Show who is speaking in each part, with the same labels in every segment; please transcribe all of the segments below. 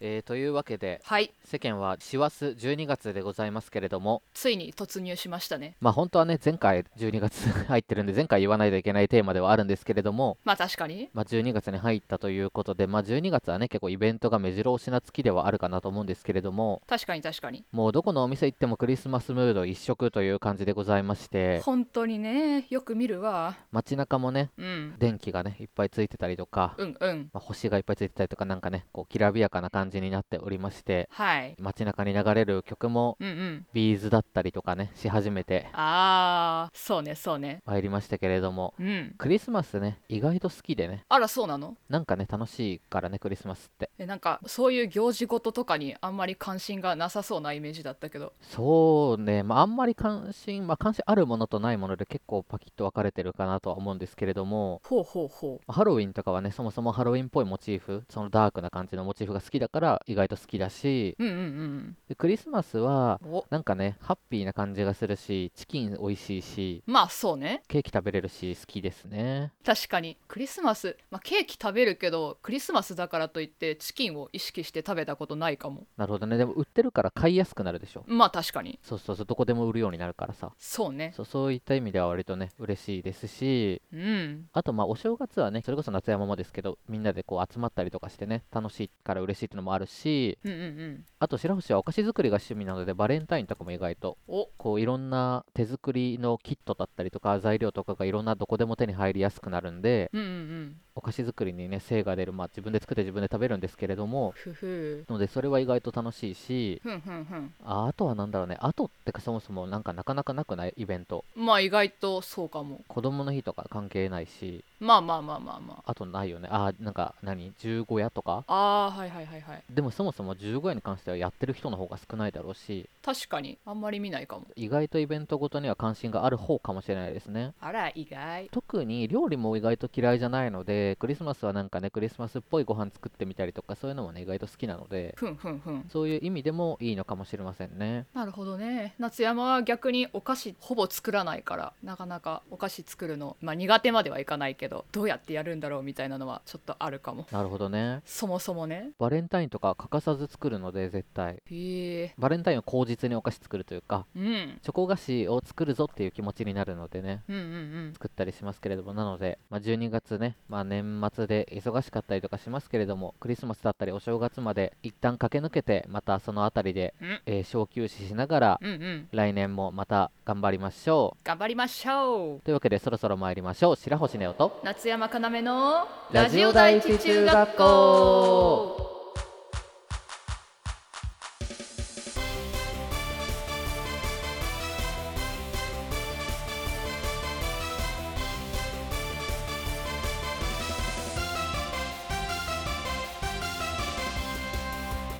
Speaker 1: えーというわけで
Speaker 2: はい
Speaker 1: 世間は師走12月でございますけれども
Speaker 2: ついに突入しましたね
Speaker 1: まあ本当はね前回12月 入ってるんで前回言わないといけないテーマではあるんですけれども
Speaker 2: まあ確かに
Speaker 1: まあ、12月に入ったということで、まあ、12月はね結構イベントが目白押しな月ではあるかなと思うんですけれども
Speaker 2: 確かに確かに
Speaker 1: もうどこのお店行ってもクリスマスムード一色という感じでございまして
Speaker 2: 本当にねよく見るわ
Speaker 1: 街中もね
Speaker 2: うん
Speaker 1: 電気がねいっぱいついてたりとか、
Speaker 2: うんうん
Speaker 1: まあ、星がいっぱいついてたりとかなんかねこうきらびやかな感じになっておりまして
Speaker 2: はい
Speaker 1: 街中に流れる曲も
Speaker 2: うんうん
Speaker 1: ビーズだったりとかねし始めて
Speaker 2: あーそうねそうね
Speaker 1: 参りましたけれども
Speaker 2: うん
Speaker 1: クリスマスね意外と好きでね
Speaker 2: あらそうなの
Speaker 1: なんかね楽しいからねクリスマスって
Speaker 2: えなんかそういう行事ごととかにあんまり関心がなさそうなイメージだったけど
Speaker 1: そうね、まあ、あんまり関心、まあ、関心あるものとないもので結構パキッと分かれてるかなとは思うんですけれども、
Speaker 2: ほうほうほ
Speaker 1: まあハロウィンとかはね、そもそもハロウィンっぽいモチーフ、そのダークな感じのモチーフが好きだから意外と好きだし、
Speaker 2: ううんうん
Speaker 1: でクリスマスは
Speaker 2: うんお
Speaker 1: なんかね、ハッピーな感じがするし、チキン美味しいし、
Speaker 2: まあそうね
Speaker 1: ケーキ食べれるし、好きですね。
Speaker 2: 確かにクリスマス、まあ、ケーキ食べるけどクリスマスだからといってチキンを意識して食べたことないかも
Speaker 1: なるほどね、でも売ってるから買いやすくなるでしょ。
Speaker 2: まあ確かに
Speaker 1: そうそうそう、どこでも売るようになるからさ。
Speaker 2: そうね
Speaker 1: そうそういった意味では割とね、嬉しいですし、
Speaker 2: うん
Speaker 1: あとまあお正月はねそれこそ夏山もですけどみんなでこう集まったりとかしてね楽しいから嬉しいってのもあるし
Speaker 2: うんうんうん
Speaker 1: あと白星はお菓子作りが趣味なのでバレンタインとかも意外と
Speaker 2: お
Speaker 1: こういろんな手作りのキットだったりとか材料とかがいろんなどこでも手に入りやすくなるんで
Speaker 2: うんうんうん
Speaker 1: お菓子作りにね精が出るまあ自分で作って自分で食べるんですけれども
Speaker 2: ふふ
Speaker 1: のでそれは意外と楽しいし
Speaker 2: ふんふんふん
Speaker 1: ああとはなんだろうねあとってかそもそもなんかなかなかなくないイベント
Speaker 2: まあ意外とそうかも
Speaker 1: 子供の日とか関係ないし
Speaker 2: まあまあまあまあま
Speaker 1: あとないよねあーなんか何十五夜とか
Speaker 2: ああーはいはいはいはい
Speaker 1: でもそもそも15夜に関してはやってる人の方が少ないだろうし
Speaker 2: 確かにあんまり見ないかも
Speaker 1: 意外とイベントごとには関心がある方かもしれないですね
Speaker 2: あら意外
Speaker 1: 特に料理も意外と嫌いじゃないのでクリスマスはなんかねクリスマスっぽいご飯作ってみたりとかそういうのもね意外と好きなので
Speaker 2: ふんふんふん
Speaker 1: そういう意味でもいいのかもしれませんね
Speaker 2: なるほどね夏山は逆にお菓子ほぼ作らないからなかなかお菓子作るの、まあ、苦手まではいかないけどどうやってやるんだろうみたいなのはちょっとあるかも
Speaker 1: なるほどね
Speaker 2: そもそもね
Speaker 1: バレンタインとか欠かさず作るので絶対
Speaker 2: へえ
Speaker 1: バレンタインを口実にお菓子作るというか
Speaker 2: うん
Speaker 1: チョコ菓子を作るぞっていう気持ちになるのでね
Speaker 2: うんうんうん
Speaker 1: 作ったりしますけれどもなので、まあ、12月ね、まあ、年末で忙しかったりとかしますけれどもクリスマスだったりお正月まで一旦駆け抜けてまたそのあたりで、
Speaker 2: うん
Speaker 1: えー小休止しながら
Speaker 2: うんうん
Speaker 1: 来年もまた頑張りましょ
Speaker 2: 頑張りましょう
Speaker 1: うというわけでそろそろ参りましょう白星ネオと
Speaker 2: 夏山かなめの
Speaker 1: ラジオ第一中学校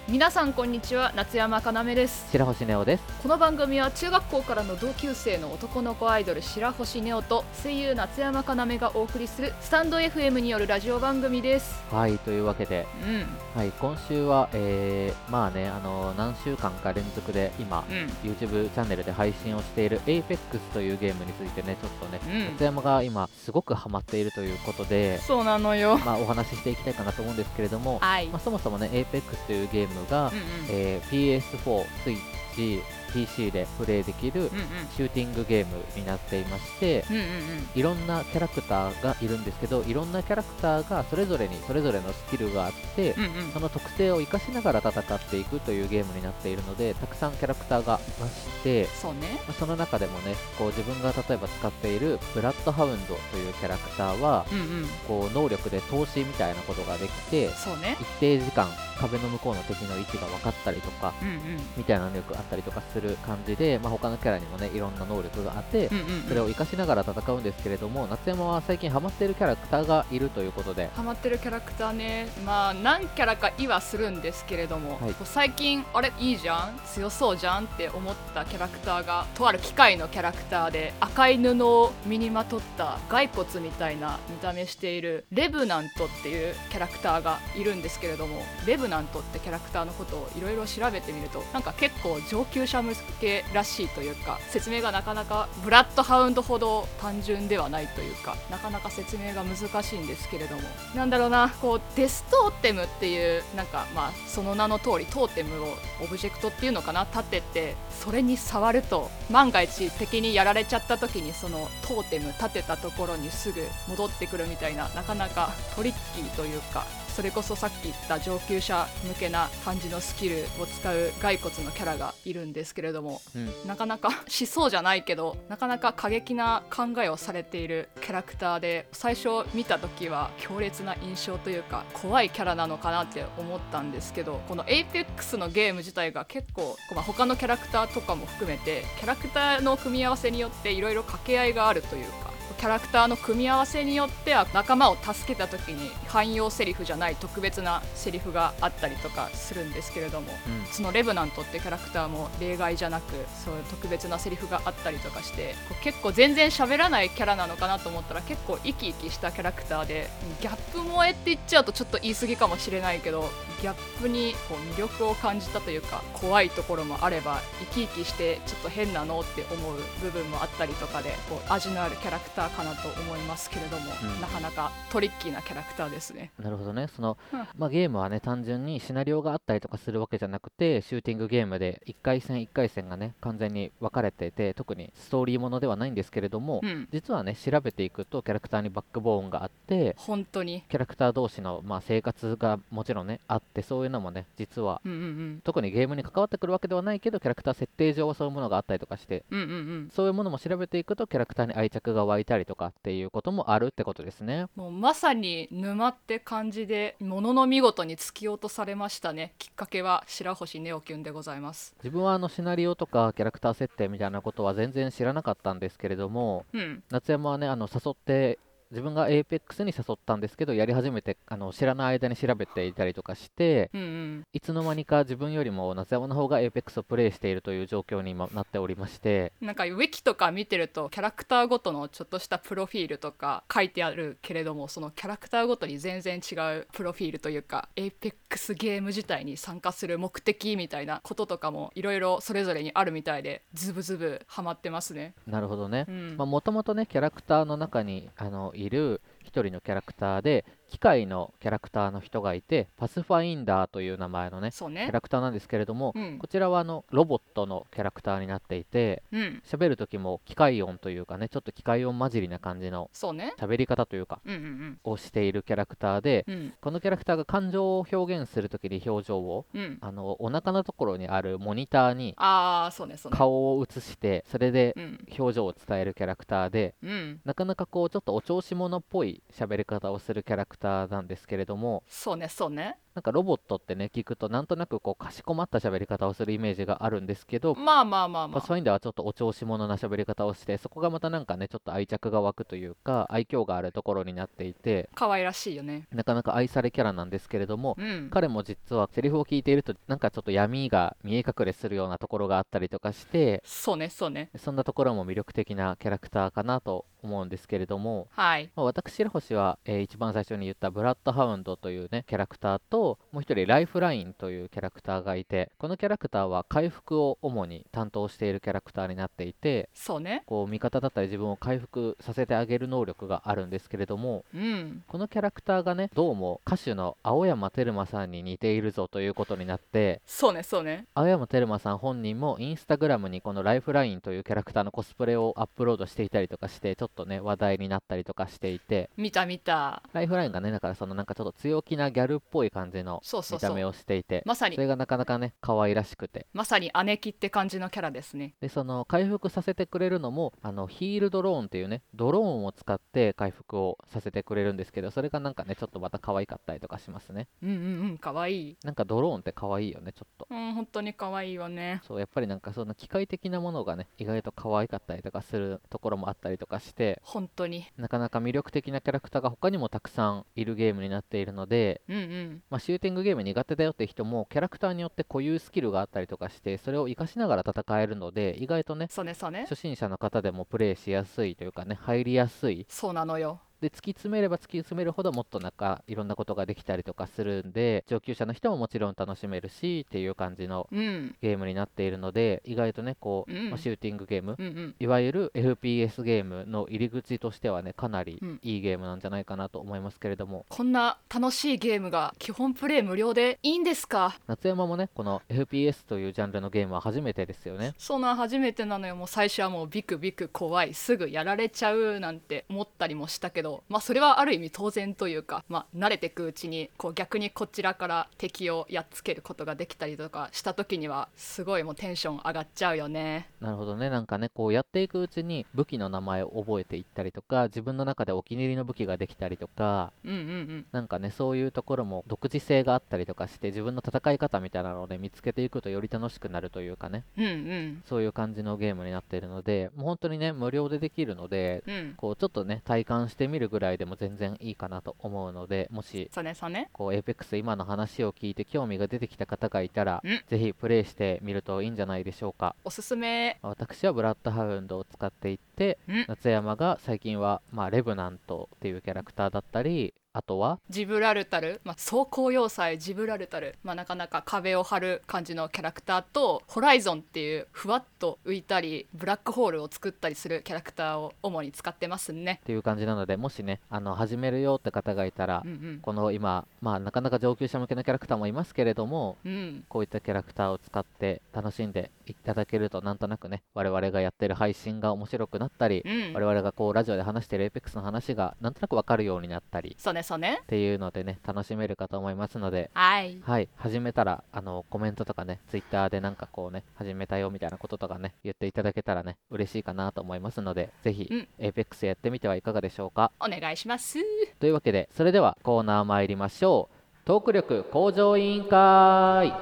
Speaker 2: 皆さんこんにちは夏山かなめです
Speaker 1: 白星ネオです
Speaker 2: この番組は中学校からの同級生の男の子アイドル白星ネオと声優夏山かなめがお送りするスタンド FM によるラジオ番組です
Speaker 1: はいというわけで、
Speaker 2: うん
Speaker 1: はい、今週は、えーまあねあの何週間か連続で今、
Speaker 2: うん
Speaker 1: YouTube チャンネルで配信をしている APEX というゲームについてねちょっとね、
Speaker 2: うん
Speaker 1: 夏山が今すごくハマっているということで、
Speaker 2: そうなのよ
Speaker 1: まあ、お話ししていきたいかなと思うんですけれども、
Speaker 2: はい、
Speaker 1: まあ、そもそもね APEX というゲームが、
Speaker 2: うんうん
Speaker 1: えー PS4、Switch、PC でプレイできる
Speaker 2: うん
Speaker 1: シューティングゲームになっていまして
Speaker 2: うんうんうん
Speaker 1: いろんなキャラクターがいるんですけどいろんなキャラクターがそれぞれにそれぞれのスキルがあって、
Speaker 2: うんうんうん
Speaker 1: その特性を生かしながら戦っていくというゲームになっているのでたくさんキャラクターがいまして
Speaker 2: そうね
Speaker 1: まあその中でもねこう自分が例えば使っているブラッドハウンドというキャラクターは
Speaker 2: うんうん
Speaker 1: こう能力で投資みたいなことができて
Speaker 2: そうね
Speaker 1: 一定時間壁の向こうの敵の位置が分かったりとか
Speaker 2: うん
Speaker 1: みたいな能力があったりとかする感じで、まあ、他のキャラにもねいろんな能力があって
Speaker 2: うんうんうん
Speaker 1: それを活かしながら戦うんですけれども夏山は最近ハマっているキャラクターがいるということで
Speaker 2: ハマってるキャラクターねまあ何キャラかいはするんですけれども、
Speaker 1: はい
Speaker 2: こう最近あれいいじゃん強そうじゃんって思ったキャラクターがとある機械のキャラクターで赤い布を身にまとった骸骨みたいな見た目しているレブナントっていうキャラクターがいるんですけれどもレブナントってキャラクターのことをいろいろ調べてみるとなんか結構上級者向けらしいというか説明がなかなかブラッドハウンドほど単純ではないというかなかなか説明が難しいんですけれどもなんだろうなこうデストーテムっていうなんかまあその名の通りトーテムをオブジェクトっていうのかな立ててそれに触ると万が一敵にやられちゃった時にそのトーテム立てたところにすぐ戻ってくるみたいななかなかトリッキーというかそれこそさっき言った上級者向けな感じのスキルを使う骸骨のキャラがいるんですけれども
Speaker 1: うん
Speaker 2: なかなかしそうじゃないけどなかなか過激な考えをされているキャラクターで最初見た時は強烈な印象というか怖いキャラなのかなって思ったんですけどこの APEX のゲーム自体が結構、まあ、他のキャラクターとかも含めてキャラクターの組み合わせによっていろいろ掛け合いがあるというかキャラクターの組み合わせによっては仲間を助けた時に汎用セリフじゃない特別なセリフがあったりとかするんですけれども
Speaker 1: うん
Speaker 2: そのレブナントってキャラクターも例外じゃなくそういう特別なセリフがあったりとかしてこう結構全然喋らないキャラなのかなと思ったら結構生き生きしたキャラクターでギャップ萌えって言っちゃうとちょっと言い過ぎかもしれないけどギャップにこう魅力を感じたというか怖いところもあれば生き生きしてちょっと変なのって思う部分もあったりとかでこう味のあるキャラクターかなと思いますけれども、
Speaker 1: うん
Speaker 2: なかなかトリッキーなキャラクターですね。
Speaker 1: なるほどねその
Speaker 2: うん、
Speaker 1: まあ、ゲームはね単純にシナリオがあったりとかするわけじゃなくてシューティングゲームで1回戦1回戦がね完全に分かれてて特にストーリーものではないんですけれども、
Speaker 2: うん、
Speaker 1: 実はね調べていくとキャラクターにバックボーンがあって
Speaker 2: 本当に、
Speaker 1: キャラクター同士の、まあ、生活がもちろんねあってそういうのもね実は
Speaker 2: うんうん
Speaker 1: 特にゲームに関わってくるわけではないけどキャラクター設定上はそういうものがあったりとかして
Speaker 2: うん、うんうんうん
Speaker 1: そういうものも調べていくとキャラクターに愛着が湧いたりとかっていうこともあるってことですね。
Speaker 2: もうまさに沼って感じでものの見事に突き落とされましたねきっかけは白星ネオキュンでございます
Speaker 1: 自分はあのシナリオとかキャラクター設定みたいなことは全然知らなかったんですけれども
Speaker 2: うん
Speaker 1: 夏山はねあの誘って自分が APEX に誘ったんですけどやり始めてあの知らない間に調べていたりとかして
Speaker 2: うんうん
Speaker 1: いつの間にか自分よりも夏山の方が APEX をプレイしているという状況に今なっておりまして
Speaker 2: なんかウィキとか見てるとキャラクターごとのちょっとしたプロフィールとか書いてあるけれどもそのキャラクターごとに全然違うプロフィールというか APEX ゲーム自体に参加する目的みたいなこととかもいろいろそれぞれにあるみたいでズブズブハマってますね。
Speaker 1: なるほどね
Speaker 2: うん、
Speaker 1: まあ、もともとねキャラクターの中にあのいる一人のキャラクターで機械のキャラクターの人がいてパスファインダーという名前のね
Speaker 2: そう
Speaker 1: キ
Speaker 2: ね
Speaker 1: ャラクターなんですけれども、
Speaker 2: うん
Speaker 1: こちらはあのロボットのキャラクターになっていて
Speaker 2: うん
Speaker 1: 喋る時も機械音というかねちょっと機械音混じりな感じの
Speaker 2: そうね
Speaker 1: 喋り方というか
Speaker 2: うんうん
Speaker 1: をしているキャラクターで
Speaker 2: うんうん
Speaker 1: このキャラクターが感情を表現する時に表情を
Speaker 2: うん
Speaker 1: あのお腹のところにあるモニターに
Speaker 2: ああそうねそうね
Speaker 1: 顔を映してそれで
Speaker 2: うん
Speaker 1: 表情を伝えるキャラクターで
Speaker 2: うん
Speaker 1: なかなかこうちょっとお調子者っぽい喋り方をするキャラクターなんですけれども
Speaker 2: そうねそうね
Speaker 1: なんかロボットってね聞くとなんとなくこうかしこまった喋り方をするイメージがあるんですけど
Speaker 2: まあまあまあま
Speaker 1: パスフ
Speaker 2: あ
Speaker 1: ァインダーはちょっとお調子者な喋り方をしてそこがまたなんかねちょっと愛着が湧くというか愛嬌があるところになっていて
Speaker 2: 可愛らしいよね
Speaker 1: なかなか愛されキャラなんですけれども
Speaker 2: うん
Speaker 1: 彼も実はセリフを聞いているとなんかちょっと闇が見え隠れするようなところがあったりとかして
Speaker 2: そうねそうね
Speaker 1: そんなところも魅力的なキャラクターかなと思うんですけれども
Speaker 2: はい
Speaker 1: まあ、私ら星は、えー一番最初に言ったブラッドハウンドというねキャラクターともう一人ライフラインというキャラクターがいてこのキャラクターは回復を主に担当しているキャラクターになっていて
Speaker 2: そうね
Speaker 1: こう味方だったり自分を回復させてあげる能力があるんですけれども
Speaker 2: うん
Speaker 1: このキャラクターがねどうも歌手の青山テルマさんに似ているぞということになって
Speaker 2: そうねそうね
Speaker 1: 青山テルマさん本人もインスタグラムにこのライフラインというキャラクターのコスプレをアップロードしていたりとかしてちょっとね話題になったりとかしていて
Speaker 2: 見た見た
Speaker 1: ライフラインがね、だからそのなんかちょっと強気なギャルっぽい感じの
Speaker 2: そうそ
Speaker 1: 見
Speaker 2: うそ
Speaker 1: た目
Speaker 2: う
Speaker 1: をしていて、
Speaker 2: まさ
Speaker 1: そ
Speaker 2: に
Speaker 1: れがなかなかね、可愛らしくて。
Speaker 2: まさに姉貴って感じのキャラですね
Speaker 1: で、その回復させてくれるのも、あのヒールドローンっていうね、ドローンを使って回復をさせてくれるんですけど、それがなんかね、ちょっとまた可愛かったりとかしますね。
Speaker 2: うんうんうん可愛い
Speaker 1: なんかドローンって可愛いよね、ちょっと。
Speaker 2: うん本当に可愛いわね
Speaker 1: そう、やっぱりなんかその機械的なものがね、意外と可愛かったりとかするところもあったりとかして、
Speaker 2: 本当に
Speaker 1: なかなか魅力的なキャラクターが他にもたくさんいるゲームになっているので、
Speaker 2: うんうん
Speaker 1: まあ、シューティングゲーム苦手だよって人もキャラクターによって固有スキルがあったりとかしてそれを活かしながら戦えるので意外とね
Speaker 2: そうねそうね
Speaker 1: 初心者の方でもプレイしやすいというかね入りやすい
Speaker 2: そうなのよ
Speaker 1: でで突き詰めれば突き詰めるほどもっとなんかいろんなことができたりとかするんで上級者の人ももちろん楽しめるしっていう感じの
Speaker 2: うん
Speaker 1: ゲームになっているので意外とねこう、
Speaker 2: うん
Speaker 1: まあシューティングゲーム、
Speaker 2: うんうん
Speaker 1: いわゆる FPS ゲームの入り口としてはねかなり
Speaker 2: うん
Speaker 1: いいゲームなんじゃないかなと思いますけれども、
Speaker 2: こんな楽しいゲームが基本プレイ無料でいいんですか
Speaker 1: 夏山もねこの FPS というジャンルのゲームは初めてですよね
Speaker 2: そんなん初めてなのよもう最初はもうビクビク怖いすぐやられちゃうなんて思ったりもしたけどまあそれはある意味当然というかまあ慣れてくうちにこう逆にこちらから敵をやっつけることができたりとかした時にはすごいもうテンション上がっちゃうよね
Speaker 1: なるほどねなんかねこうやっていくうちに武器の名前を覚えていったりとか自分の中でお気に入りの武器ができたりとか
Speaker 2: うんうんうん
Speaker 1: なんかねそういうところも独自性があったりとかして自分の戦い方みたいなのをね見つけていくとより楽しくなるというかね
Speaker 2: うんうん
Speaker 1: そういう感じのゲームになっているのでもう本当にね無料でできるので
Speaker 2: うん
Speaker 1: こうちょっとね体感してみるぐらいでも全然いいかなと思うのでもし
Speaker 2: さねさね
Speaker 1: こう APEX 今の話を聞いて興味が出てきた方がいたら
Speaker 2: うん
Speaker 1: ぜひプレイしてみるといいんじゃないでしょうか
Speaker 2: おすすめ
Speaker 1: 私はブラッドハウンドを使っていって
Speaker 2: うん
Speaker 1: 夏山が最近は、まあ、レブナントっていうキャラクターだったりあとは
Speaker 2: ジブラルタル、まあ、装甲要塞ジブラルタル、まあ、なかなか壁を張る感じのキャラクターとホライゾンっていうふわっと浮いたりブラックホールを作ったりするキャラクターを主に使ってますね
Speaker 1: っ。ていう感じなのでもしねあの始めるよって方がいたら
Speaker 2: うんうん
Speaker 1: この今、まあ、なかなか上級者向けのキャラクターもいますけれども
Speaker 2: うん、
Speaker 1: こういったキャラクターを使って楽しんでいただけるとなんとなくね我々がやってる配信が面白くなったり
Speaker 2: うん
Speaker 1: 我々がこうラジオで話してる APEX の話がなんとなくわかるようになったり
Speaker 2: そうねそうね
Speaker 1: っていうのでね楽しめるかと思いますので
Speaker 2: はい
Speaker 1: はい始めたらあのコメントとかね Twitter でなんかこうね始めたよみたいなこととかね言っていただけたらね嬉しいかなと思いますのでぜひ
Speaker 2: うん
Speaker 1: APEX やってみてはいかがでしょうか
Speaker 2: お願いします
Speaker 1: というわけでそれではコーナー参りましょうトーク力向上委員会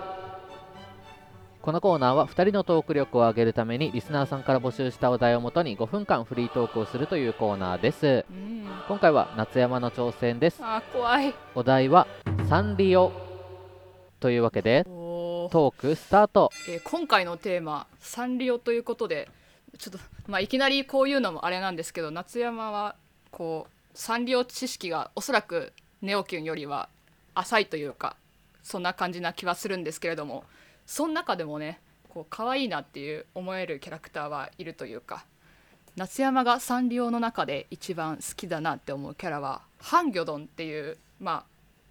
Speaker 1: このコーナーは2人のトーク力を上げるためにリスナーさんから募集したお題をもとに5分間フリートークをするというコーナーです
Speaker 2: うん
Speaker 1: 今回は夏山の挑戦です
Speaker 2: あー怖い
Speaker 1: お題はサンリオというわけで
Speaker 2: おー
Speaker 1: トークスタート
Speaker 2: えー今回のテーマ「サンリオ」ということでちょっと、まあ、いきなりこういうのもあれなんですけど夏山はこうサンリオ知識がおそらくネオキュンよりは浅いというかそんな感じな気はするんですけれどもその中でもねこう可愛いなっていう思えるキャラクターはいるというか夏山がサンリオの中で一番好きだなって思うキャラはハンギョドンっていうま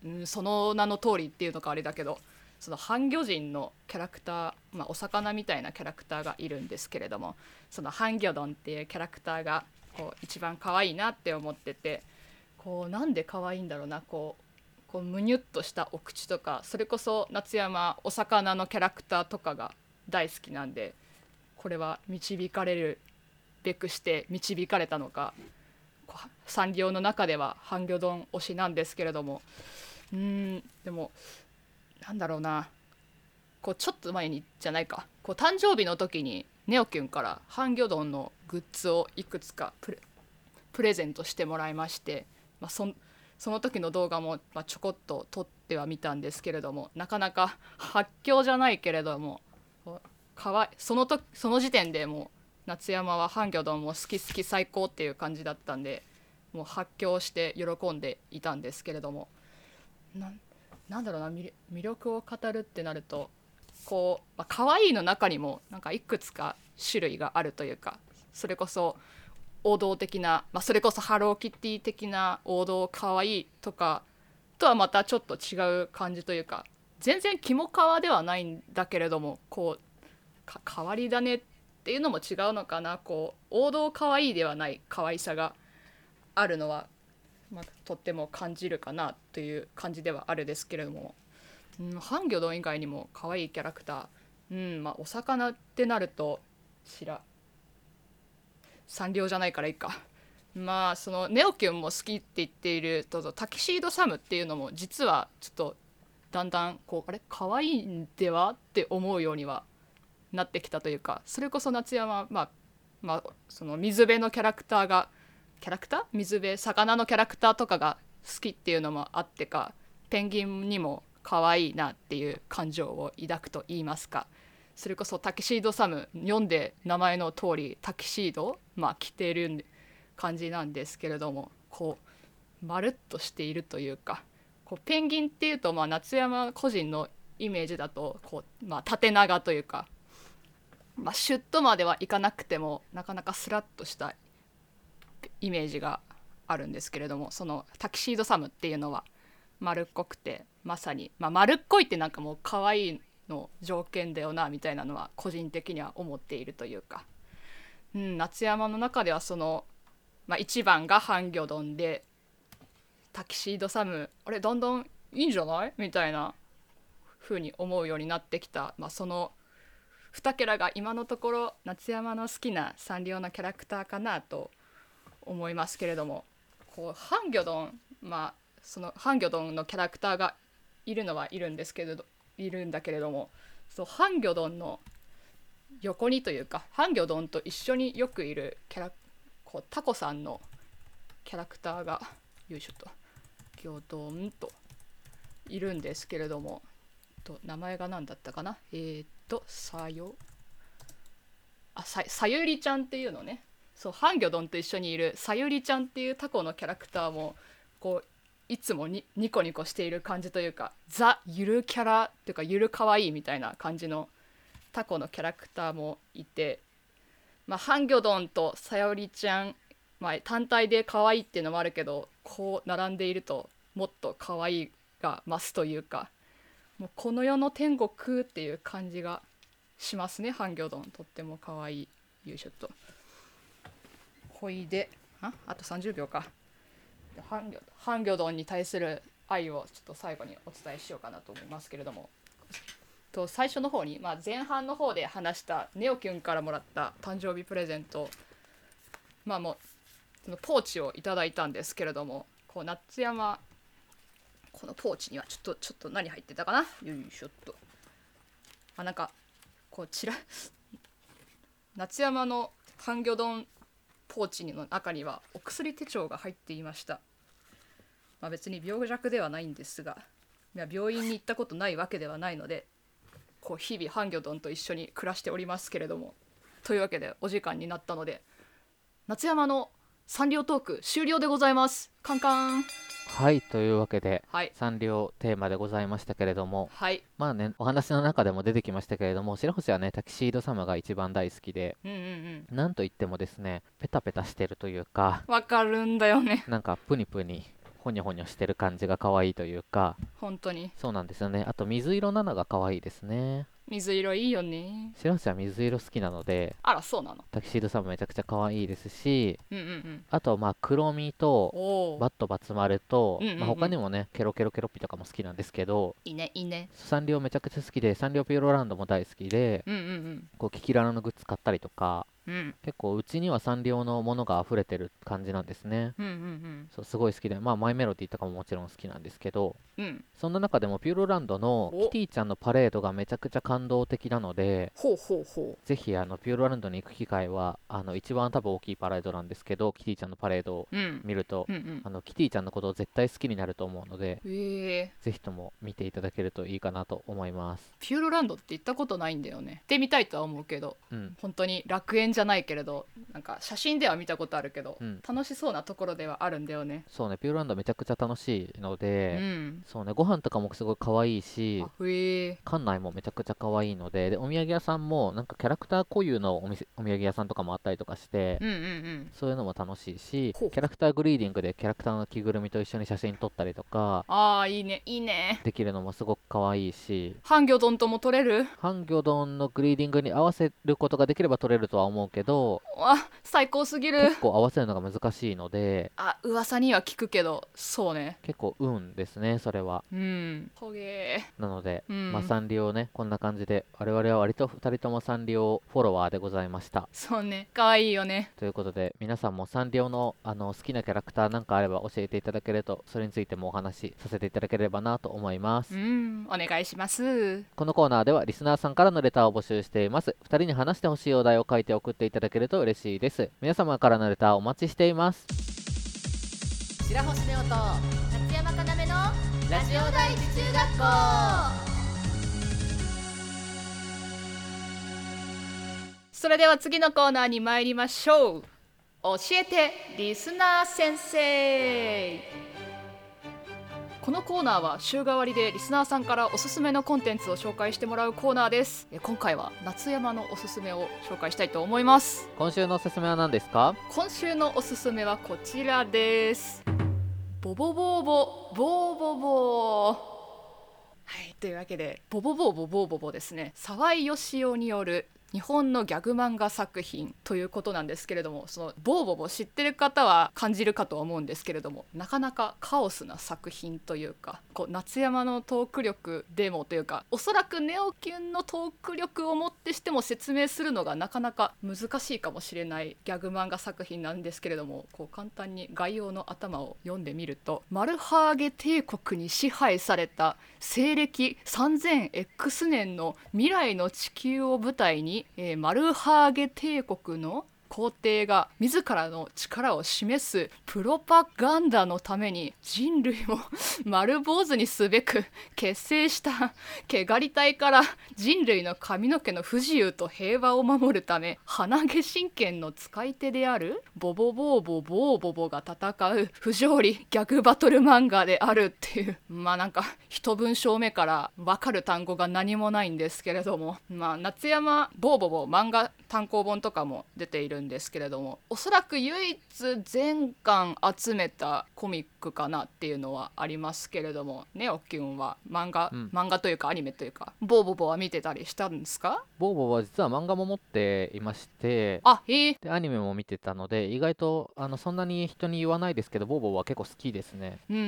Speaker 2: あ、うん、その名の通りっていうのかあれだけどその半魚人のキャラクター、まあ、お魚みたいなキャラクターがいるんですけれどもその半魚丼っていうキャラクターがこう一番可愛いなって思っててこうなんで可愛いんだろうなこうこうむにゅっとしたお口とかそれこそ夏山お魚のキャラクターとかが大好きなんでこれは導かれるべくして導かれたのかこうサンリオの中では半魚丼推しなんですけれどもうーんでもなんだろうなこうちょっと前にじゃないかこう誕生日の時にネオキュンからハンギョドンのグッズをいくつかプレプレゼントしてもらいまして、まあ、そんその時の動画も、まあ、ちょこっと撮ってはみたんですけれどもなかなか発狂じゃないけれどもこうかわいその時その時点でもう夏山はハンギョドンも好き好き最高っていう感じだったんでもう発狂して喜んでいたんですけれどもなんなんだろうな魅力魅力を語るってなるとこう、まあ可愛いの中にもなんかいくつか種類があるというかそれこそ王道的な、まあ、それこそハローキティ的な王道可愛いとかとはまたちょっと違う感じというか全然キモカワではないんだけれどもこうか変わりだねっていうのも違うのかなこう王道可愛いではない可愛さがあるのはまあ、とっても感じるかなという感じではあるですけれども、うん、ハンギョドン以外にも可愛いキャラクター、うんまあ、お魚ってなると知らサンリオじゃないからいいかまあそのネオキュンも好きって言っているとタキシードサムっていうのも実はちょっとだんだんこうあれ可愛いんではって思うようにはなってきたというかそれこそ夏山はまあまあ、その水辺のキャラクターがキャラクター水辺魚のキャラクターとかが好きっていうのもあってかペンギンにも可愛いなっていう感情を抱くと言いますかそれこそタキシードサム読んで名前の通りタキシードまあ着てる感じなんですけれどもこうまるっとしているというかこうペンギンっていうとまあ夏山個人のイメージだとこう、まあ、縦長というか、まあ、シュッとまではいかなくてもなかなかスラッとしたイメージがあるんですけれどもそのタキシードサムっていうのは丸っこくてまさに、まあ、丸っこいってなんかもう可愛いの条件だよなみたいなのは個人的には思っているというか、うん、夏山の中ではその、まあ、1番が半魚丼でタキシードサムあれだんだんいいんじゃないみたいな風に思うようになってきた、まあ、その2キャラが今のところ夏山の好きなサンリオのキャラクターかなと思いますけれどもこうハンギョドンまあそのハンギョドンのキャラクターがいるのはいるんですけれどいるんだけれどもそうハンギョドンの横にというかハンギョドンと一緒によくいるキャラこうタコさんのキャラクターがよいしょとギョドンといるんですけれどもと名前が何だったかなえー、っとさよあささゆりちゃんっていうのねそうハンギョドンと一緒にいるさゆりちゃんっていうタコのキャラクターもこういつもにニコニコしている感じというかザ・ゆるキャラというかゆるかわいいみたいな感じのタコのキャラクターもいて、まあ、ハンギョドンとさよりちゃん、まあ、単体で可愛いっていうのもあるけどこう並んでいるともっと可愛いが増すというかもうこの世の天国っていう感じがしますねハンギョドンとっても可愛い優秀と。ほいでああと30秒か。ハンギョハンギョドンに対する愛をちょっと最後にお伝えしようかなと思いますけれどもと最初の方に、まあ、前半の方で話したネオキュンからもらった誕生日プレゼントまあもうそのポーチをいただいたんですけれどもこう夏山このポーチにはちょっとちょっと何入ってたかなよいしょっとあなんかこうちら夏山のハンギョドンポーチの中にはお薬手帳が入っていました、まあ、別に病弱ではないんですがいや病院に行ったことないわけではないのでこう日々ハンギョドンと一緒に暮らしておりますけれどもというわけでお時間になったので夏山のサンリオトーク終了でございますカンカン
Speaker 1: はいというわけで、
Speaker 2: はい
Speaker 1: サンリオテーマでございましたけれども
Speaker 2: はい
Speaker 1: まあねお話の中でも出てきましたけれども白星はねタキシード様が一番大好きで
Speaker 2: うんうんうん
Speaker 1: なんといってもですねペタペタしてるというか
Speaker 2: わかるんだよね
Speaker 1: なんかプニプニホニョホニョしてる感じが可愛いというか
Speaker 2: 本当に
Speaker 1: そうなんですよねあと水色なのが可愛いですね
Speaker 2: 水色いいよね
Speaker 1: 白星は水色好きなので
Speaker 2: あらそうなの
Speaker 1: タキシード様めちゃくちゃ可愛いですし
Speaker 2: うんうんうん
Speaker 1: あとまあ黒みと
Speaker 2: おお
Speaker 1: バットバツ丸と、
Speaker 2: うんうんうん
Speaker 1: まあ、他にもねケロケロケロッピとかも好きなんですけど
Speaker 2: いいねいいね
Speaker 1: サンリオめちゃくちゃ好きでサンリオピューロランドも大好きで
Speaker 2: うんうん
Speaker 1: こうキキララのグッズ買ったりとか
Speaker 2: うんうん
Speaker 1: 結構うちにはサンリオのものが溢れてる感じなんですね
Speaker 2: うんうん
Speaker 1: そうすごい好きでまあマイメロディーとかももちろん好きなんですけど
Speaker 2: うんうん
Speaker 1: そんな中でもピューロランドの
Speaker 2: お
Speaker 1: キティちゃんのパレードがめちゃくちゃ感動的なので
Speaker 2: ほうほうほ
Speaker 1: ぜひあのピューロランドに行く機会はあの一番多分大きいパレードなんですけどキティちゃんのパレードを
Speaker 2: ううん
Speaker 1: 見ると
Speaker 2: うんうん
Speaker 1: あのキティちゃんのことを絶対好きになると思うので
Speaker 2: へえ
Speaker 1: ぜひとも見ていただけるといいかなと思います。
Speaker 2: ピューロランドって行ったことないんだよね行ってみたいとは思うけど
Speaker 1: うん、
Speaker 2: 本当に楽園じゃないけれどなんか写真では見たことあるけど、
Speaker 1: うん
Speaker 2: 楽しそうなところではあるんだよね
Speaker 1: そうね、ピューロランドめちゃくちゃ楽しいの
Speaker 2: う
Speaker 1: で、
Speaker 2: ん
Speaker 1: そうね、ご飯とかもすごい可愛いし
Speaker 2: あ、へえ
Speaker 1: 館内もめちゃくちゃ可愛いので、でお土産屋さんもなんかキャラクター固有のお店お土産屋さんとかもあったりとかして、
Speaker 2: うんうんうん
Speaker 1: そういうのも楽しいし、キ
Speaker 2: ほう
Speaker 1: ャラクターグリーディングでキャラクターの着ぐるみと一緒に写真撮ったりとか
Speaker 2: ああいいねいいね
Speaker 1: できるのもすごく可愛いし、
Speaker 2: ハンギョドンとも取れる
Speaker 1: ハンギョドンのグリーディングに合わせることができれば撮れるとは思うけど、
Speaker 2: あ最高すぎる
Speaker 1: 結構合わせるのが難しいので、
Speaker 2: あ噂には聞くけどそうね
Speaker 1: 結構運ですね、それは。
Speaker 2: うんほげー
Speaker 1: なので、
Speaker 2: うん
Speaker 1: まあ、サンリオね、こんな感じで、我々は割と2人ともサンリオフォロワーでございました。
Speaker 2: そうねかわいいよね
Speaker 1: ということで、皆さんもサンリオのあの好きなキャラクターなんかあれば教えていただけると、それについてもお話しさせていただければなと思います。
Speaker 2: うんお願いします
Speaker 1: このコーナーでは、リスナーさんからのレターを募集しています。2人に話してほしいお題を書いて送っていただけると嬉しいです。皆様からのレターお待ちしています。
Speaker 3: 白星ネオと夏山かなめのラジオ第一中学校
Speaker 2: それでは次のコーナーに参りましょう教えてリスナー先生このコーナーは週替わりでリスナーさんからおすすめのコンテンツを紹介してもらうコーナーですえ今回は夏山のおすすめを紹介したいと思います
Speaker 1: 今週のおすすめは何ですか
Speaker 2: 今週のおすすめはこちらですボボボーボボーボボーはいというわけでボボボーボボーボボですね沢井義雄による日本のギャグ漫画作品ということなんですけれどもそのボーボボ知ってる方は感じるかとは思うんですけれどもなかなかカオスな作品というかこう夏山のトーク力でもというかおそらくネオキュンのトーク力をもってしても説明するのがなかなか難しいかもしれないギャグ漫画作品なんですけれどもこう簡単に概要の頭を読んでみるとマルハーゲ帝国に支配された西暦 3000X 年の未来の地球を舞台に、えーマルハーゲ帝国の皇帝が自らの力を示すプロパガンダのために人類を 丸坊主にすべく結成した穢り隊から人類の髪の毛の不自由と平和を守るため鼻毛神剣の使い手であるボボボーボボーボボが戦う不条理ギャグバトル漫画であるっていうまあなんか一文章目から分かる単語が何もないんですけれどもまあ夏山ボーボボ漫画単行本とかも出ているんですけれどもおそらく唯一全巻集めたコミックかなっていうのはありますけれどもねおきゅんは漫画、
Speaker 1: うん
Speaker 2: 漫画というかアニメというかボーボボは見てたりしたんですか
Speaker 1: ボーボは実は漫画も持っていまして
Speaker 2: あへえ
Speaker 1: でアニメも見てたので意外とあのそんなに人に言わないですけどボーボは結構好きですね
Speaker 2: うんうんう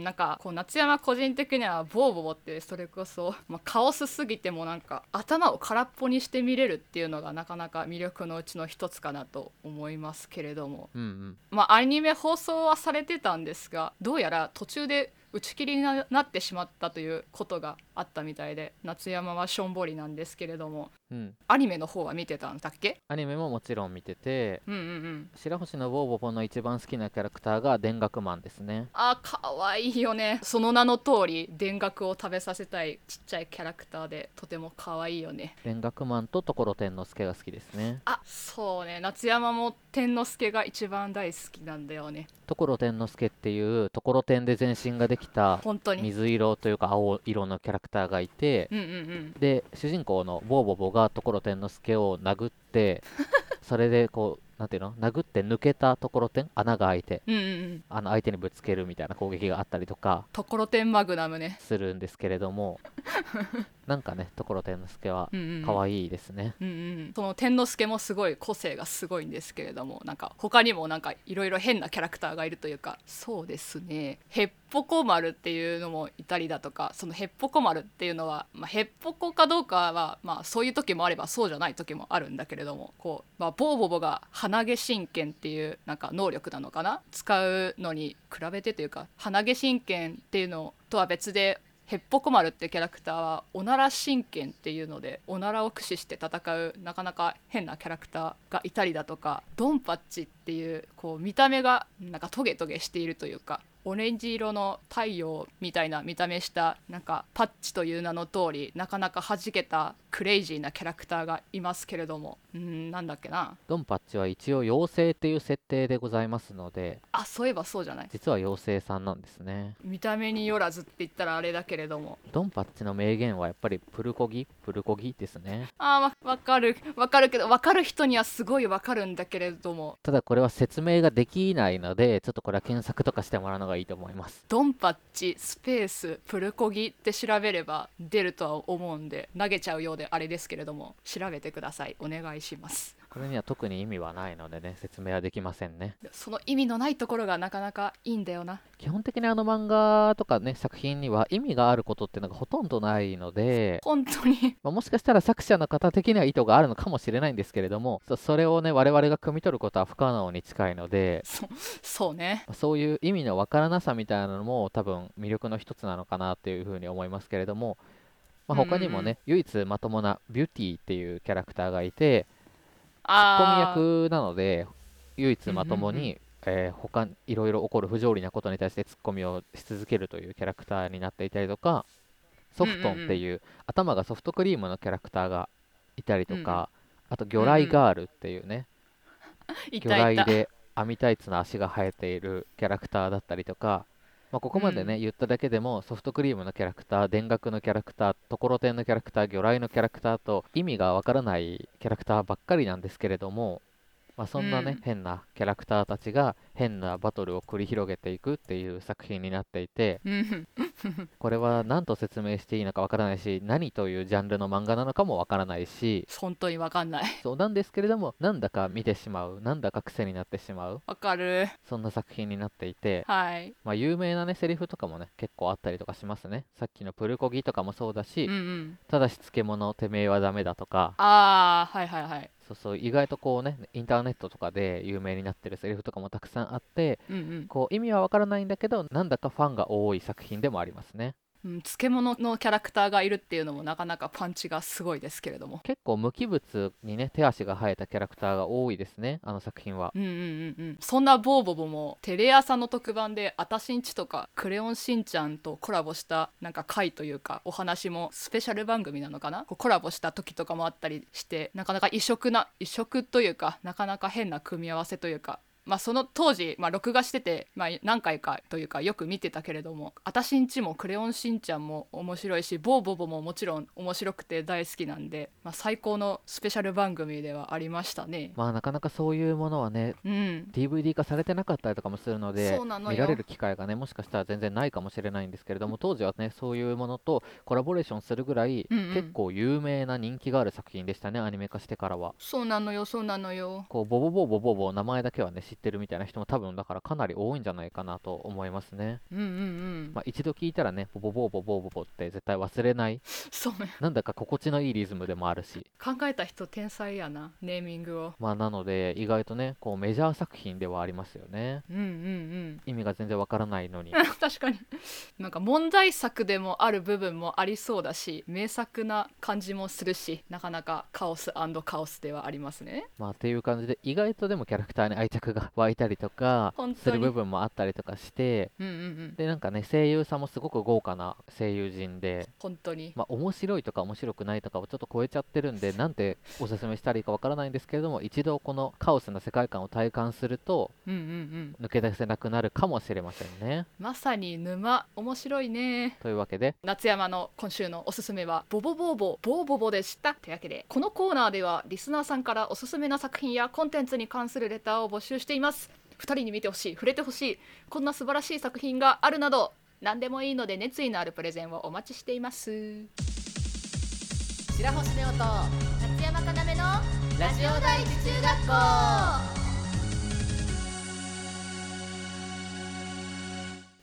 Speaker 2: んなんかこう夏山個人的にはボーボボってそれこそ、まあ、カオスすぎてもなんか頭を空っぽにして見れるっていうのがなかなか魅力のうちの一つかなと思いますけれども
Speaker 1: うんうん
Speaker 2: まあ、アニメ放送はされてたんですがどうやら途中で打ち切りにななってしまったということがあったみたいで夏山はしょんぼりなんですけれども
Speaker 1: うん
Speaker 2: アニメの方は見てたんだっけ
Speaker 1: アニメももちろん見てて
Speaker 2: うんうんうん
Speaker 1: 白星のボーボボの一番好きなキャラクターが田楽マンですね
Speaker 2: あーかわいいよねその名の通り田楽を食べさせたいちっちゃいキャラクターでとてもかわいいよね
Speaker 1: 田楽マンと所天之助が好きですね
Speaker 2: あそうね夏山も天之助が一番大好きなんだよね
Speaker 1: 所天之助っていう所天で全身ができた
Speaker 2: 本当に
Speaker 1: 水色というか青色のキャラクターがいて
Speaker 2: うんうんうん
Speaker 1: で主人公のボーボボが所天之助を殴って それでこうなんていうの殴って抜けた所天穴が開いて
Speaker 2: うんうんうん
Speaker 1: あの相手にぶつけるみたいな攻撃があったりとか
Speaker 2: ところてんマグナムね
Speaker 1: するんですけれど もなんかね所天之助は
Speaker 2: うんうんうん
Speaker 1: 可愛いですね、
Speaker 2: うんうん、その天之助もすごい個性がすごいんですけれどもなんか他にもなんかいろいろ変なキャラクターがいるというかそうですねへっぽこ丸っていうのもいたりだとかそのへっぽこ丸っていうのは、まあ、へっぽこかどうかは、まあ、そういう時もあればそうじゃない時もあるんだけれどもこう、まあ、ボーボボが鼻毛神剣っていうなんか能力なのかな使うのに比べてというか鼻毛神剣っていうのとは別でヘッポコ丸ってキャラクターはおなら神剣っていうのでおならを駆使して戦うなかなか変なキャラクターがいたりだとかドンパッチっていうこう見た目がなんかトゲトゲしているというかオレンジ色の太陽みたいな見た目したなんかパッチという名の通りなかなか弾けたクレイジーなキャラクターがいますけれどもうーんなんだっけな
Speaker 1: ドンパッチは一応妖精っていう設定でございますので
Speaker 2: あそういえばそうじゃない
Speaker 1: 実は妖精さんなんですね
Speaker 2: 見た目によらずって言ったらあれだけれども
Speaker 1: ドンパッチの名言はやっぱりプルコギプルコギですね
Speaker 2: あーわわかるわかるけどわかる人にはすごいわかるんだけれども
Speaker 1: ただこれは説明ができないのでちょっとこれは検索とかしてもらうのがいいと思います
Speaker 2: ドンパッチスペースプルコギって調べれば出るとは思うんで投げちゃうようであれですけれども調べてくださいお願いします
Speaker 1: これには特に意味はないのでね説明はできませんね
Speaker 2: その意味のないところがなかなかいいんだよな
Speaker 1: 基本的にあの漫画とかね作品には意味があることっていうのがほとんどないので、
Speaker 2: 本当に
Speaker 1: まあ、もしかしたら作者の方的には意図があるのかもしれないんですけれどもそそれをね我々が汲み取ることは不可能に近いので
Speaker 2: そそうね
Speaker 1: まあそういう意味のわからなさみたいなのも多分魅力の一つなのかなっていうふうに思いますけれども、まあ、
Speaker 2: うんうんう
Speaker 1: 他
Speaker 2: ん
Speaker 1: にもね、唯一まともなビューティーっていうキャラクターがいてツッコミ
Speaker 2: あー
Speaker 1: 役なので唯一まともに、
Speaker 2: うんうん
Speaker 1: えー他いろいろ起こる不条理なことに対してツッコミをし続けるというキャラクターになっていたりとかソフトンっていう頭がソフトクリームのキャラクターがいたりとか、あと魚雷ガールっていうね、
Speaker 2: い
Speaker 1: 魚
Speaker 2: た
Speaker 1: 雷
Speaker 2: いた
Speaker 1: で網タイツの足が生えているキャラクターだったりとかまあ、ここまでね、
Speaker 2: うん
Speaker 1: 言っただけでもソフトクリームのキャラクター田楽のキャラクターところてんのキャラクター魚雷のキャラクターと意味がわからないキャラクターばっかりなんですけれども、まあ、そんなね、
Speaker 2: うん
Speaker 1: 変なキャラクターたちが変なバトルを繰り広げていくっていう作品になっていて
Speaker 2: うん
Speaker 1: これは何と説明していいのかわからないし何というジャンルの漫画なのかもわからないし
Speaker 2: 本当にわかんない
Speaker 1: そうなんですけれどもなんだか見てしまうなんだか癖になってしまう
Speaker 2: わかる
Speaker 1: そんな作品になっていて
Speaker 2: はい
Speaker 1: まあ、有名なねセリフとかもね結構あったりとかしますねさっきのプルコギとかもそうだし、
Speaker 2: うんうん
Speaker 1: ただし漬物てめえはダメだとか
Speaker 2: ああはいはいはい
Speaker 1: そうそう意外とこうねインターネットとかで有名になってるセリフとかもたくさんあって
Speaker 2: うんうん
Speaker 1: こう意味はわからないんだけどなんだかファンが多い作品でもありますね
Speaker 2: うん、漬物のキャラクターがいるっていうのもなかなかパンチがすごいですけれども
Speaker 1: 結構無機物にね手足が生えたキャラクターが多いですねあの作品は
Speaker 2: うんうんうんうんそんなボーボボもテレ朝の特番で「あたしんち」とか「クレヨンしんちゃん」とコラボしたなんか回というかお話もスペシャル番組なのかなこうコラボした時とかもあったりしてなかなか異色な異色というかなかなか変な組み合わせというか。まあ、その当時、まあ、録画してて、まあ、何回かというかよく見てたけれども「あたしんち」も「クレヨンしんちゃん」も面白いし「ボーボボ」ももちろん面白くて大好きなんで、まあ、最高のスペシャル番組ではありましたね。
Speaker 1: まあなかなかそういうものはね
Speaker 2: うん
Speaker 1: DVD 化されてなかったりとかもするので
Speaker 2: そうなのよ
Speaker 1: 見られる機会がねもしかしたら全然ないかもしれないんですけれども当時はねそういうものとコラボレーションするぐらい、
Speaker 2: うんうん
Speaker 1: 結構有名な人気がある作品でしたねアニメ化してからは。
Speaker 2: そうなのよそうなのよ
Speaker 1: こうボボボボボボ名前だけはね知ってるみたいな人も多分だからかなり多いんじゃないかなと思いますね、
Speaker 2: うんうんうん、
Speaker 1: まあ、一度聞いたらねボボボボボボボって絶対忘れない
Speaker 2: そうね
Speaker 1: なんだか心地のいいリズムでもあるし
Speaker 2: 考えた人天才やなネーミングを
Speaker 1: まあなので意外とねこうメジャー作品ではありますよね
Speaker 2: うんうんうん
Speaker 1: 意味が全然わからないのに
Speaker 2: 確かになんか問題作でもある部分もありそうだし名作な感じもするしなかなかカオスカオスではありますね
Speaker 1: まあっていう感じで意外とでもキャラクターに愛着が湧いたりとか
Speaker 2: 本当に
Speaker 1: する部分もあったりとかして
Speaker 2: うんうんうん
Speaker 1: でなんかね声優さんもすごく豪華な声優陣で、
Speaker 2: 本当に
Speaker 1: まあ、面白いとか面白くないとかをちょっと超えちゃってるんでなんておすすめしたらいいかわからないんですけれども一度このカオスな世界観を体感すると
Speaker 2: うんうんうん
Speaker 1: 抜け出せなくなるかもしれませんね。
Speaker 2: まさに沼面白いね
Speaker 1: というわけで
Speaker 2: 夏山の今週のおすすめはボボボーボボーボボでしたというわけでこのコーナーではリスナーさんからおすすめな作品やコンテンツに関するレターを募集しています2人に見てほしい触れてほしいこんな素晴らしい作品があるなど何でもいいので熱意のあるプレゼンをお待ちしています
Speaker 3: 白星ネオと立山かなめのラジオ第一中学校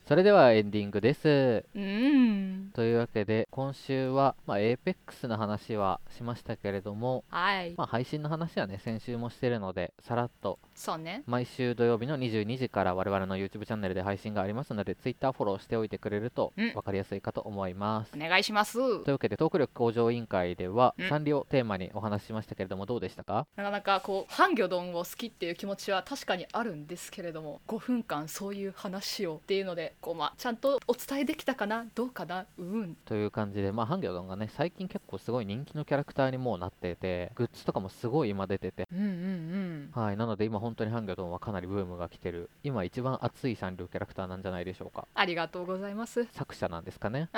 Speaker 1: それではエンディングです。
Speaker 2: うーん
Speaker 1: というわけで今週は、まあ、APEX の話はしましたけれども、
Speaker 2: はい
Speaker 1: まあ、配信の話はね先週もしてるのでさらっと
Speaker 2: そうね
Speaker 1: 毎週土曜日の22時から我々の YouTube チャンネルで配信がありますので Twitter フォローしておいてくれると
Speaker 2: うん
Speaker 1: 分かりやすいかと思います。
Speaker 2: お願いします
Speaker 1: というわけでトーク力向上委員会では
Speaker 2: うん
Speaker 1: サンリオテーマにお話ししましたけれどもどうでしたか
Speaker 2: なかなかこう半魚丼を好きっていう気持ちは確かにあるんですけれども5分間そういう話をっていうのでこう、まあ、ちゃんとお伝えできたかなどうかなうーん
Speaker 1: という感じでまあハンギョドンがね最近結構すごい人気のキャラクターにもうなっててグッズとかもすごい今出てて
Speaker 2: うんうんうん
Speaker 1: はいなので今本当にハンギョドンはかなりブームが来てる今一番熱いサンリオキャラクターなんじゃないでしょうか
Speaker 2: ありがとうございます
Speaker 1: 作者なんですかね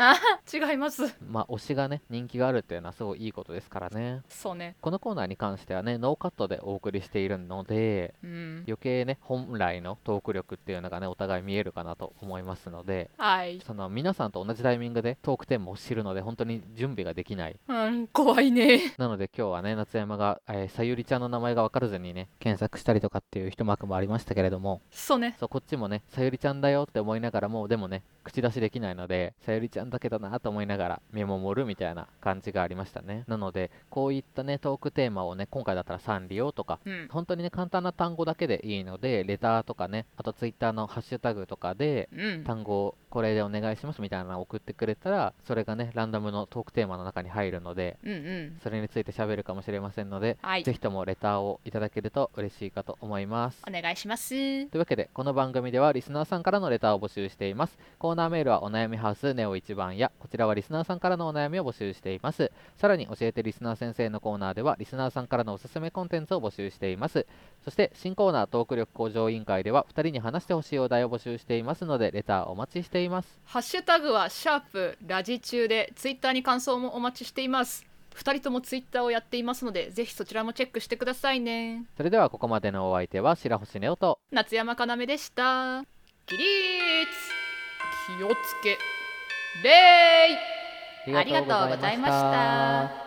Speaker 2: 違います
Speaker 1: まあ推しがね人気があるっていうのはすごいいいことですからね
Speaker 2: そうね
Speaker 1: このコーナーに関してはねノーカットでお送りしているので
Speaker 2: うん
Speaker 1: 余計ね本来のトーク力っていうのがねお互い見えるかなと思いますので
Speaker 2: はい、
Speaker 1: その皆さんと同じタイミングでトークテーマを知るので本当に準備ができない
Speaker 2: うん、怖いね
Speaker 1: なので今日はね夏山が、えーさゆりちゃんの名前が分からずにね検索したりとかっていう一幕もありましたけれども
Speaker 2: そうね
Speaker 1: そうこっちもねさゆりちゃんだよって思いながらもうでもね口出しできないのでさゆりちゃんだけどなと思いながら見守るみたいな感じがありましたねなのでこういったねトークテーマをね今回だったらサンリオとか
Speaker 2: うん
Speaker 1: 本当にね簡単な単語だけでいいのでレターとかねあとツイッターのハッシュタグとかで
Speaker 2: うん
Speaker 1: 単語これでお願いしますみたいなのを送ってくれしたらそれがねランダムのトークテーマの中に入るので
Speaker 2: うんうん
Speaker 1: それについて喋るかもしれませんので、
Speaker 2: はい
Speaker 1: ぜひともレターをいただけると嬉しいかと思います
Speaker 2: お願いします
Speaker 1: というわけでこの番組ではリスナーさんからのレターを募集していますコーナーメールはお悩みハウスネオ一番やこちらはリスナーさんからのお悩みを募集していますさらに教えてリスナー先生のコーナーではリスナーさんからのおすすめコンテンツを募集していますそして新コーナートーク力向上委員会では2人に話してほしいお題を募集していますのでレターお待ちしています
Speaker 2: ハッシュタグはシャープラジ中でツイッターに感想もお待ちしています二人ともツイッターをやっていますのでぜひそちらもチェックしてくださいね
Speaker 1: それではここまでのお相手は白星ネオと
Speaker 2: 夏山かなめでした起立気をつけ礼
Speaker 1: ありがとうございました